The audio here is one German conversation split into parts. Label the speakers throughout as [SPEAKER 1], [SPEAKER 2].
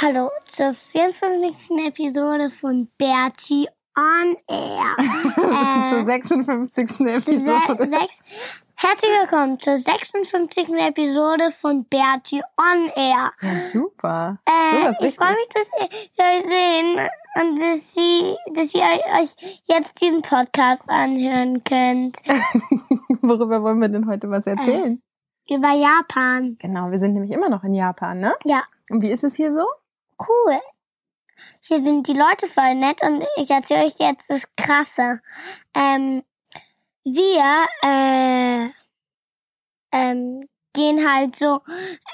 [SPEAKER 1] Hallo zur 54. Episode von Bertie on Air. Äh.
[SPEAKER 2] Zur 56.
[SPEAKER 1] Se
[SPEAKER 2] Episode.
[SPEAKER 1] sechs Herzlich willkommen zur 56. Episode von Bertie on Air.
[SPEAKER 2] Ja, super.
[SPEAKER 1] Äh,
[SPEAKER 2] so, das
[SPEAKER 1] ich
[SPEAKER 2] ist
[SPEAKER 1] freue
[SPEAKER 2] richtig.
[SPEAKER 1] mich, dass ihr euch sehen und dass, sie, dass ihr euch jetzt diesen Podcast anhören könnt
[SPEAKER 2] Worüber wollen wir denn heute
[SPEAKER 1] Äh.
[SPEAKER 2] was erzählen?
[SPEAKER 1] über Japan.
[SPEAKER 2] Genau, wir sind nämlich immer noch in Japan, ne?
[SPEAKER 1] Ja,
[SPEAKER 2] Und wie ist es hier so?
[SPEAKER 1] cool. Hier sind die Leute voll nett und ich erzähle euch jetzt das Krasse. Ähm, wir äh, ähm, gehen halt so,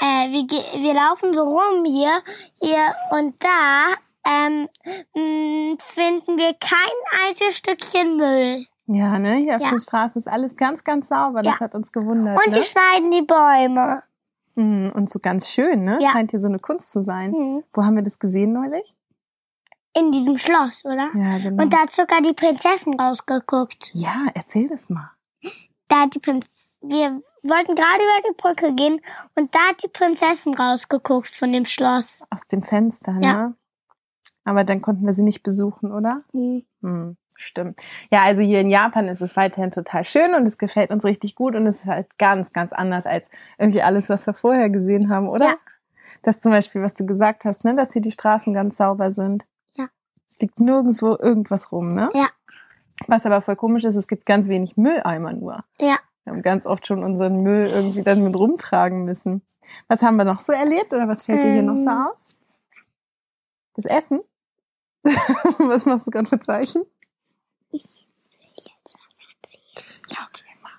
[SPEAKER 1] äh, wir, ge- wir laufen so rum hier, hier und da ähm, mh, finden wir kein einziges Stückchen Müll.
[SPEAKER 2] Ja, ne? Hier auf
[SPEAKER 1] Ja.
[SPEAKER 2] den Straßen ist alles ganz, ganz sauber.
[SPEAKER 1] Ja.
[SPEAKER 2] Das hat uns gewundert.
[SPEAKER 1] Und die
[SPEAKER 2] ne?
[SPEAKER 1] schneiden die Bäume.
[SPEAKER 2] Mm, Und so ganz schön, ne?
[SPEAKER 1] Ja.
[SPEAKER 2] Scheint hier so eine Kunst zu sein.
[SPEAKER 1] Hm.
[SPEAKER 2] Wo haben wir das gesehen neulich?
[SPEAKER 1] In diesem Schloss, oder?
[SPEAKER 2] Ja, genau.
[SPEAKER 1] Und da hat sogar die Prinzessin rausgeguckt.
[SPEAKER 2] ja, erzähl das mal.
[SPEAKER 1] Da hat die Prinz wir wollten gerade über die Brücke gehen und da hat die Prinzessin rausgeguckt von dem Schloss.
[SPEAKER 2] Aus dem Fenster, ne?
[SPEAKER 1] Ja.
[SPEAKER 2] Aber dann konnten wir sie nicht besuchen, oder?
[SPEAKER 1] Hm.
[SPEAKER 2] Hm, stimmt. Ja, also hier in Japan ist es weiterhin total schön und es gefällt uns richtig gut und es ist halt ganz, ganz anders als irgendwie alles, was wir vorher gesehen haben, oder?
[SPEAKER 1] Ja.
[SPEAKER 2] Das zum Beispiel, was du gesagt hast, ne, dass hier die Straßen ganz sauber sind.
[SPEAKER 1] Ja.
[SPEAKER 2] Es liegt nirgendwo irgendwas rum, ne?
[SPEAKER 1] Ja.
[SPEAKER 2] Was aber voll komisch ist, es gibt ganz wenig Mülleimer nur.
[SPEAKER 1] Ja.
[SPEAKER 2] Wir haben ganz oft schon unseren Müll irgendwie dann mit rumtragen müssen. Was haben wir noch so erlebt oder was fällt dir hier noch so
[SPEAKER 1] Ähm.
[SPEAKER 2] auf? Das Essen? was machst du gerade für Zeichen? Ja, okay.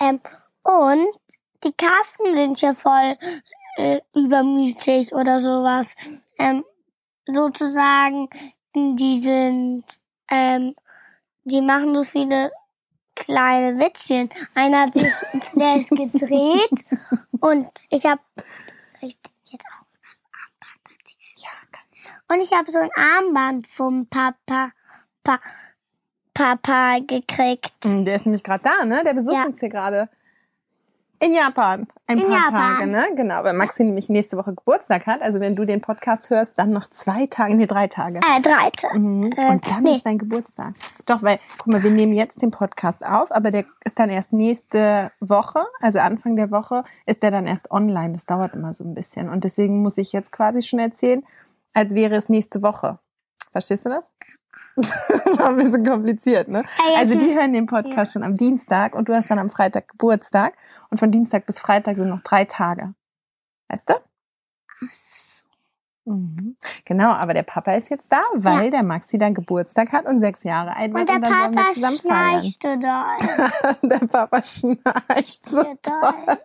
[SPEAKER 1] Ähm, und die Karsten sind hier voll äh, übermütig oder sowas. Ähm, sozusagen, die sind, ähm, die machen so viele kleine Witzchen. Einer hat sich selbst gedreht und ich habe jetzt auch
[SPEAKER 2] Ja, kann
[SPEAKER 1] und ich habe so ein Armband vom Papa pa, Papa gekriegt.
[SPEAKER 2] Mm, Der ist nämlich gerade da, ne? Der besucht
[SPEAKER 1] Ja.
[SPEAKER 2] uns hier gerade. In Japan. Ein
[SPEAKER 1] In
[SPEAKER 2] paar
[SPEAKER 1] Japan.
[SPEAKER 2] Tage, ne? Genau, weil Maxi nämlich nächste Woche Geburtstag hat. Also wenn du den Podcast hörst, dann noch zwei Tage, nee, drei Tage.
[SPEAKER 1] Äh, drei. Ta-
[SPEAKER 2] Mhm.
[SPEAKER 1] äh,
[SPEAKER 2] Und dann
[SPEAKER 1] nee.
[SPEAKER 2] ist dein Geburtstag. Doch, weil, guck mal, wir nehmen jetzt den Podcast auf, aber der ist dann erst nächste Woche, also Anfang der Woche, ist der dann erst online. Das dauert immer so ein bisschen. Und deswegen muss ich jetzt quasi schon erzählen, als wäre es nächste Woche. Verstehst du das? War ein bisschen kompliziert, ne?
[SPEAKER 1] Äh, jetzt
[SPEAKER 2] Also die hören den Podcast schon am Dienstag und du hast dann am Freitag Geburtstag. Und von Dienstag bis Freitag sind noch drei Tage. Weißt du? Mhm. Genau, aber der Papa ist jetzt da, weil der Maxi dann Geburtstag hat und sechs Jahre alt wird
[SPEAKER 1] Und
[SPEAKER 2] und,
[SPEAKER 1] der
[SPEAKER 2] dann wollen
[SPEAKER 1] Papa
[SPEAKER 2] wir zusammen feiern.
[SPEAKER 1] schnarcht so doll.
[SPEAKER 2] der Papa schnarcht so.
[SPEAKER 1] So doll.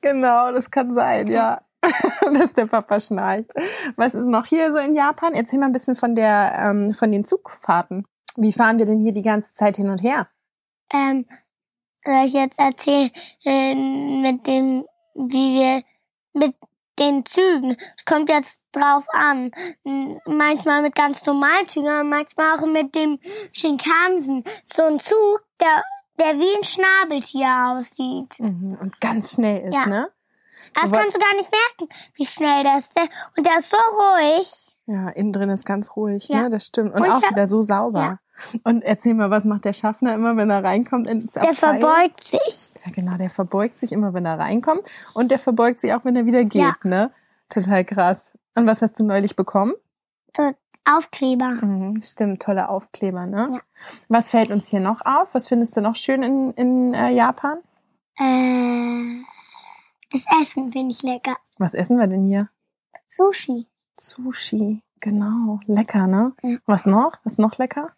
[SPEAKER 2] Genau, das kann sein, ja. Dass der Papa schnarcht. Was ist noch hier so in Japan? Erzähl mal ein bisschen von der, ähm, von den Zugfahrten. Wie fahren wir denn hier die ganze Zeit hin und her?
[SPEAKER 1] Ähm, soll ich jetzt erzählen äh, mit dem, wie wir mit den Zügen. Es kommt jetzt drauf an. M- Manchmal mit ganz normalen Zügen, aber manchmal auch mit dem Shinkansen. So ein Zug, der, der wie ein Schnabeltier aussieht.
[SPEAKER 2] Mhm, Und ganz schnell ist,
[SPEAKER 1] Ja.
[SPEAKER 2] ne?
[SPEAKER 1] Das
[SPEAKER 2] Aber-
[SPEAKER 1] kannst du gar nicht merken, wie schnell das ist. Der- Und der ist so ruhig.
[SPEAKER 2] Ja, innen drin ist ganz ruhig,
[SPEAKER 1] Ja.
[SPEAKER 2] ne? Das stimmt. Und,
[SPEAKER 1] Und ich
[SPEAKER 2] auch
[SPEAKER 1] hab-
[SPEAKER 2] wieder so sauber. Und erzähl mal, was macht der Schaffner immer, wenn er reinkommt ins
[SPEAKER 1] Der
[SPEAKER 2] Abteil?
[SPEAKER 1] verbeugt sich.
[SPEAKER 2] Ja, genau, der verbeugt sich immer, wenn er reinkommt. Und der verbeugt sich auch, wenn er wieder geht,
[SPEAKER 1] Ja.
[SPEAKER 2] ne? Total krass. Und was hast du neulich bekommen?
[SPEAKER 1] So Aufkleber.
[SPEAKER 2] Mhm, stimmt, tolle Aufkleber, ne? Was fällt uns hier noch auf? Was findest du noch schön in, in äh, Japan?
[SPEAKER 1] Äh, das Essen finde ich lecker.
[SPEAKER 2] Was essen wir denn hier?
[SPEAKER 1] Sushi.
[SPEAKER 2] Sushi, genau. Lecker, ne? Was noch? Was noch lecker?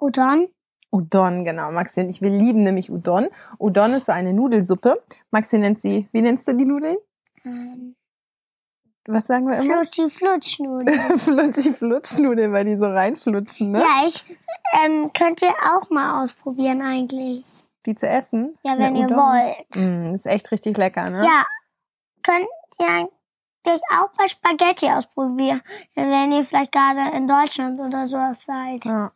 [SPEAKER 1] Udon.
[SPEAKER 2] Udon, genau, Maxi und ich, wir lieben nämlich Udon. Udon ist so eine Nudelsuppe. Maxi nennt sie, wie nennst du die Nudeln?
[SPEAKER 1] Ähm,
[SPEAKER 2] Äh, Was Ne? sagen wir immer?
[SPEAKER 1] Flutschi Flutschnudeln.
[SPEAKER 2] Flutschi Flutschnudeln, weil die so reinflutschen, ne?
[SPEAKER 1] Ja, ich ähm, könnt ihr auch mal ausprobieren eigentlich.
[SPEAKER 2] Die zu essen?
[SPEAKER 1] Ja, wenn
[SPEAKER 2] Mit
[SPEAKER 1] ihr
[SPEAKER 2] Udon.
[SPEAKER 1] wollt.
[SPEAKER 2] Mm, ist echt richtig lecker, ne?
[SPEAKER 1] Ja, könnt ihr eigentlich auch mal Spaghetti ausprobieren, wenn ihr vielleicht gerade in Deutschland oder sowas seid.
[SPEAKER 2] Ja.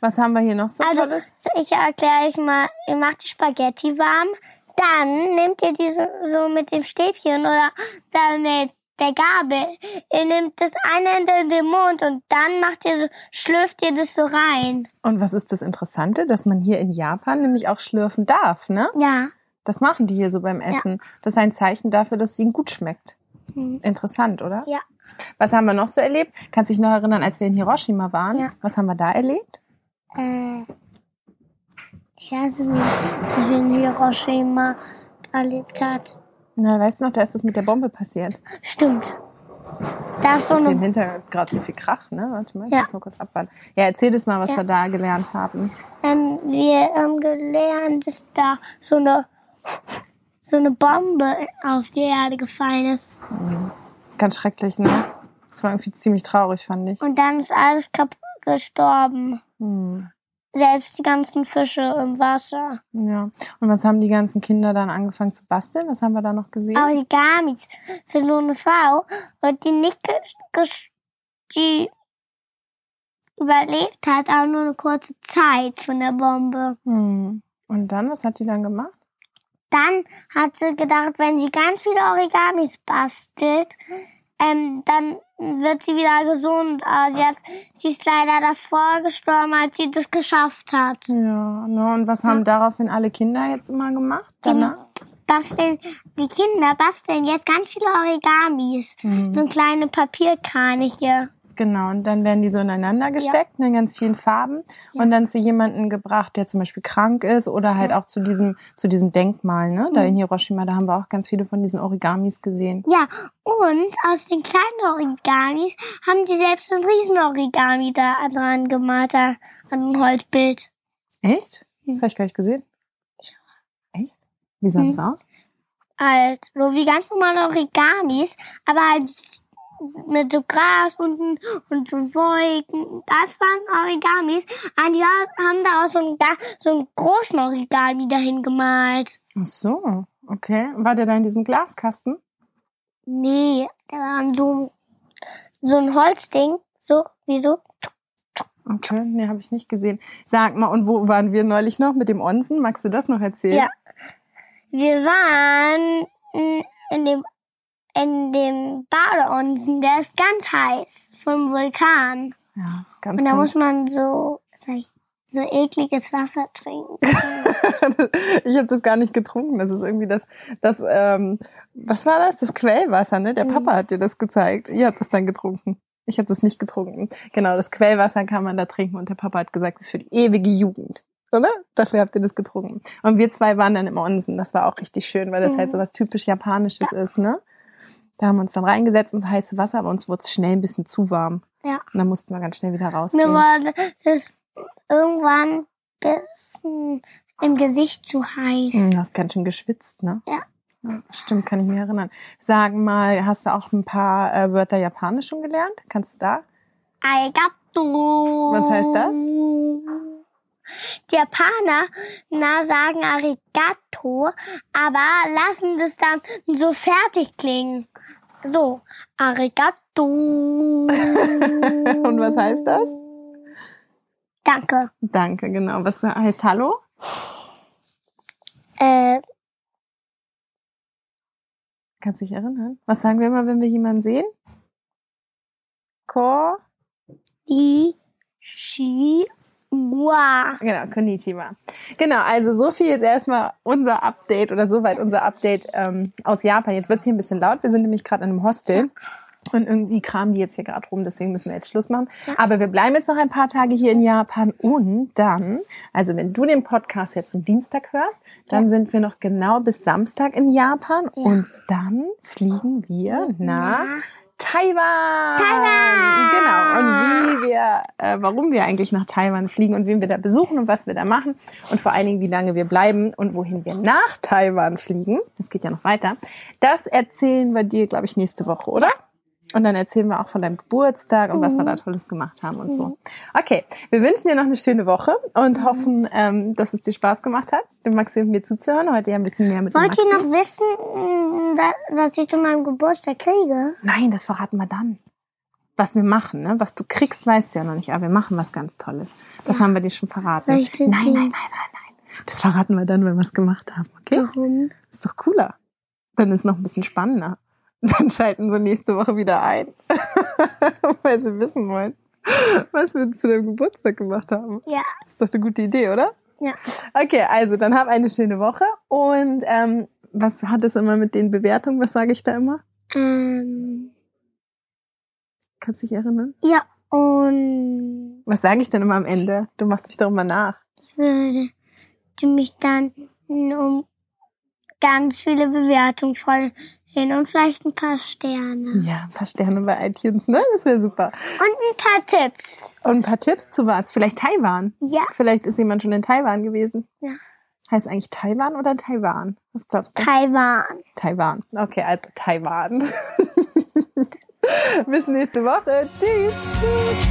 [SPEAKER 2] Was haben wir hier noch so
[SPEAKER 1] Also,
[SPEAKER 2] Tolles?
[SPEAKER 1] So, Ich erkläre euch mal, ihr macht die Spaghetti warm, dann nehmt ihr diese so mit dem Stäbchen oder dann mit der Gabel. Ihr nehmt das eine Ende in den Mund und dann macht ihr so, schlürft ihr das so rein.
[SPEAKER 2] Und was ist das Interessante, dass man hier in Japan nämlich auch schlürfen darf, ne?
[SPEAKER 1] Ja.
[SPEAKER 2] Das machen die hier so beim Essen. Das ist ein Zeichen dafür, dass es ihnen gut schmeckt.
[SPEAKER 1] Hm.
[SPEAKER 2] Interessant, oder?
[SPEAKER 1] Ja.
[SPEAKER 2] Was haben wir noch so erlebt? Kannst dich noch erinnern, als wir in Hiroshima waren?
[SPEAKER 1] Ja.
[SPEAKER 2] Was haben wir da erlebt?
[SPEAKER 1] Äh, ich weiß es nicht, was wir in Hiroshima erlebt hat.
[SPEAKER 2] Na, weißt du noch, da ist das mit der Bombe passiert.
[SPEAKER 1] Stimmt. Da ist so
[SPEAKER 2] Das ist hier im
[SPEAKER 1] eine,
[SPEAKER 2] Hintergrund gerade so viel Krach, ne? Warte mal, ich
[SPEAKER 1] Ja.
[SPEAKER 2] muss mal kurz abwarten. Ja, erzähl das mal, was
[SPEAKER 1] Ja.
[SPEAKER 2] wir da gelernt haben.
[SPEAKER 1] ähm, wir haben gelernt, dass da so eine, so eine Bombe auf die Erde gefallen ist.
[SPEAKER 2] Ganz schrecklich, ne? Das war irgendwie ziemlich traurig, fand ich.
[SPEAKER 1] Und dann ist alles kaputt gestorben.
[SPEAKER 2] Hm.
[SPEAKER 1] Selbst die ganzen Fische im Wasser.
[SPEAKER 2] Ja. Und was haben die ganzen Kinder dann angefangen zu basteln? Was haben wir da noch gesehen?
[SPEAKER 1] Aber die Gamis sind nur eine Frau und die nicht ges- ges- die überlebt hat, aber nur eine kurze Zeit von der Bombe.
[SPEAKER 2] Hm. Und dann, was hat die dann gemacht?
[SPEAKER 1] Dann hat sie gedacht, wenn sie ganz viele Origamis bastelt, ähm, dann wird sie wieder gesund. Aber sie, hat, sie ist leider davor gestorben, als sie das geschafft hat.
[SPEAKER 2] Ja, ne, und was haben daraufhin alle Kinder jetzt immer gemacht? Danach?
[SPEAKER 1] basteln, die Kinder basteln jetzt ganz viele Origamis. So kleine Papierkraniche.
[SPEAKER 2] Genau, und dann werden die so ineinander gesteckt, ne, in ganz vielen Farben und dann zu jemandem gebracht, der zum Beispiel krank ist oder halt auch zu diesem, zu diesem Denkmal, ne? Da in Hiroshima, da haben wir auch ganz viele von diesen Origamis gesehen.
[SPEAKER 1] Ja, und aus den kleinen Origamis haben die selbst ein Riesenorigami da dran gemalt, da an ein Holzbild.
[SPEAKER 2] Echt? Das habe ich gar nicht gesehen. Echt? Wie sah das aus?
[SPEAKER 1] Halt, so wie ganz normale Origamis, aber halt mit so Gras unten und so Wolken. Das waren Origamis. Und die haben da auch so einen, ga- so einen großen Origami dahin gemalt.
[SPEAKER 2] Ach so, okay. Und War der da in diesem Glaskasten?
[SPEAKER 1] Nee, da waren so, so ein Holzding. So, wie so.
[SPEAKER 2] Okay, nee, habe ich nicht gesehen. Sag mal, und wo waren wir neulich noch mit dem Onsen? Magst du das noch erzählen?
[SPEAKER 1] Ja. Wir waren in- in dem, in dem Badeonsen, der ist ganz heiß vom Vulkan.
[SPEAKER 2] Ja, ganz
[SPEAKER 1] Und da muss
[SPEAKER 2] ganz
[SPEAKER 1] man so, sag ich, so ekliges Wasser trinken.
[SPEAKER 2] ich habe das gar nicht getrunken. Das ist irgendwie das, das, ähm, was war das? Das Quellwasser, ne?
[SPEAKER 1] Mhm.
[SPEAKER 2] Der Papa hat dir das gezeigt. Ihr habt das dann getrunken. Ich habe das nicht getrunken. Genau, das Quellwasser kann man da trinken und der Papa hat gesagt, das ist für die ewige Jugend. Oder? Dafür habt ihr das getrunken. Und wir zwei waren dann im Onsen. Das war auch richtig schön, weil das halt
[SPEAKER 1] Mhm.
[SPEAKER 2] so was typisch Japanisches ist, ne? Da haben wir uns dann reingesetzt ins heiße Wasser, aber uns wurde es schnell ein bisschen zu warm.
[SPEAKER 1] Ja.
[SPEAKER 2] Und dann mussten wir ganz schnell wieder
[SPEAKER 1] Mir
[SPEAKER 2] rausgehen.
[SPEAKER 1] wurde das irgendwann bisschen im Gesicht zu heiß.
[SPEAKER 2] Hm, Du hast ganz schön geschwitzt, ne?
[SPEAKER 1] Ja.
[SPEAKER 2] Ja, Stimmt, kann ich mir erinnern. Sag mal, hast du auch ein paar äh, Wörter Japanisch schon gelernt? Kannst du da?
[SPEAKER 1] Arigato.
[SPEAKER 2] Was heißt das?
[SPEAKER 1] Die Japaner na, sagen Arigato, aber lassen das dann so fertig klingen. So, Arigato.
[SPEAKER 2] Und was heißt das?
[SPEAKER 1] Danke.
[SPEAKER 2] Danke, genau. Was heißt Hallo?
[SPEAKER 1] Äh,
[SPEAKER 2] Kannst du dich erinnern? Was sagen wir immer, wenn wir jemanden sehen? Ko?
[SPEAKER 1] die, shi, wa.
[SPEAKER 2] Genau, Konnichiwa. Genau, also so viel jetzt erstmal unser Update oder soweit unser Update ähm, aus Japan. Jetzt wird's hier ein bisschen laut. Wir sind nämlich gerade in einem Hostel. wenn irgendwie kramen die jetzt hier gerade rum, deswegen müssen wir jetzt Schluss machen. Aber wir bleiben jetzt noch ein paar Tage hier in Japan und dann, also wenn du den Podcast jetzt am Dienstag hörst, dann sind wir noch genau bis Samstag in Japan und dann fliegen wir nach Taiwan.
[SPEAKER 1] Taiwan!
[SPEAKER 2] Genau. Und wie wir, äh, warum wir eigentlich nach Taiwan fliegen und wen wir da besuchen und was wir da machen und vor allen Dingen, wie lange wir bleiben und wohin wir nach Taiwan fliegen. Das geht ja noch weiter. Das erzählen wir dir, glaube ich, nächste Woche, oder? Und dann erzählen wir auch von deinem Geburtstag und was wir
[SPEAKER 1] Mhm.
[SPEAKER 2] da Tolles gemacht haben und so. Okay, wir wünschen dir noch eine schöne Woche und hoffen, ähm, dass es dir Spaß gemacht hat, dem Maxi und mir zuzuhören. Heute ja ein bisschen mehr mit dem
[SPEAKER 1] Wollt
[SPEAKER 2] Maxi.
[SPEAKER 1] ihr noch wissen, da- was ich zu meinem Geburtstag kriege?
[SPEAKER 2] Nein, das verraten wir dann. Was wir machen, ne? Was du kriegst, weißt du ja noch nicht, aber wir machen was ganz Tolles. Das haben wir dir schon verraten.
[SPEAKER 1] Soll
[SPEAKER 2] Nein,
[SPEAKER 1] ich
[SPEAKER 2] nein,
[SPEAKER 1] den
[SPEAKER 2] nein, nein, nein,
[SPEAKER 1] Dings?
[SPEAKER 2] nein. Das verraten wir dann, wenn wir es gemacht haben, okay?
[SPEAKER 1] Warum?
[SPEAKER 2] Ist doch cooler. Dann ist noch ein bisschen spannender. Dann schalten sie nächste Woche wieder ein, weil sie wissen wollen, was wir zu deinem Geburtstag gemacht haben.
[SPEAKER 1] Ja.
[SPEAKER 2] Ist doch eine gute Idee, oder?
[SPEAKER 1] Ja.
[SPEAKER 2] Okay, also dann hab eine schöne Woche und ähm, was hat es immer mit den Bewertungen? Was sage ich da immer?
[SPEAKER 1] Ähm,
[SPEAKER 2] Kannst du dich erinnern?
[SPEAKER 1] ja, und
[SPEAKER 2] Was sage ich denn immer am Ende? Du machst mich doch immer nach.
[SPEAKER 1] würde ich mich dann um ganz viele Bewertungen freuen und vielleicht ein paar Sterne.
[SPEAKER 2] Ja, ein paar Sterne bei iTunes, ne? Das wäre super.
[SPEAKER 1] Und ein paar Tipps.
[SPEAKER 2] Und ein paar Tipps zu was. Vielleicht Taiwan.
[SPEAKER 1] Ja,
[SPEAKER 2] Vielleicht ist jemand schon in Taiwan gewesen.
[SPEAKER 1] Ja.
[SPEAKER 2] Heißt eigentlich Taiwan oder Taiwan? Was glaubst du?
[SPEAKER 1] Taiwan.
[SPEAKER 2] Taiwan. Okay, also Taiwan. Bis nächste Woche. Tschüss. Tschüss.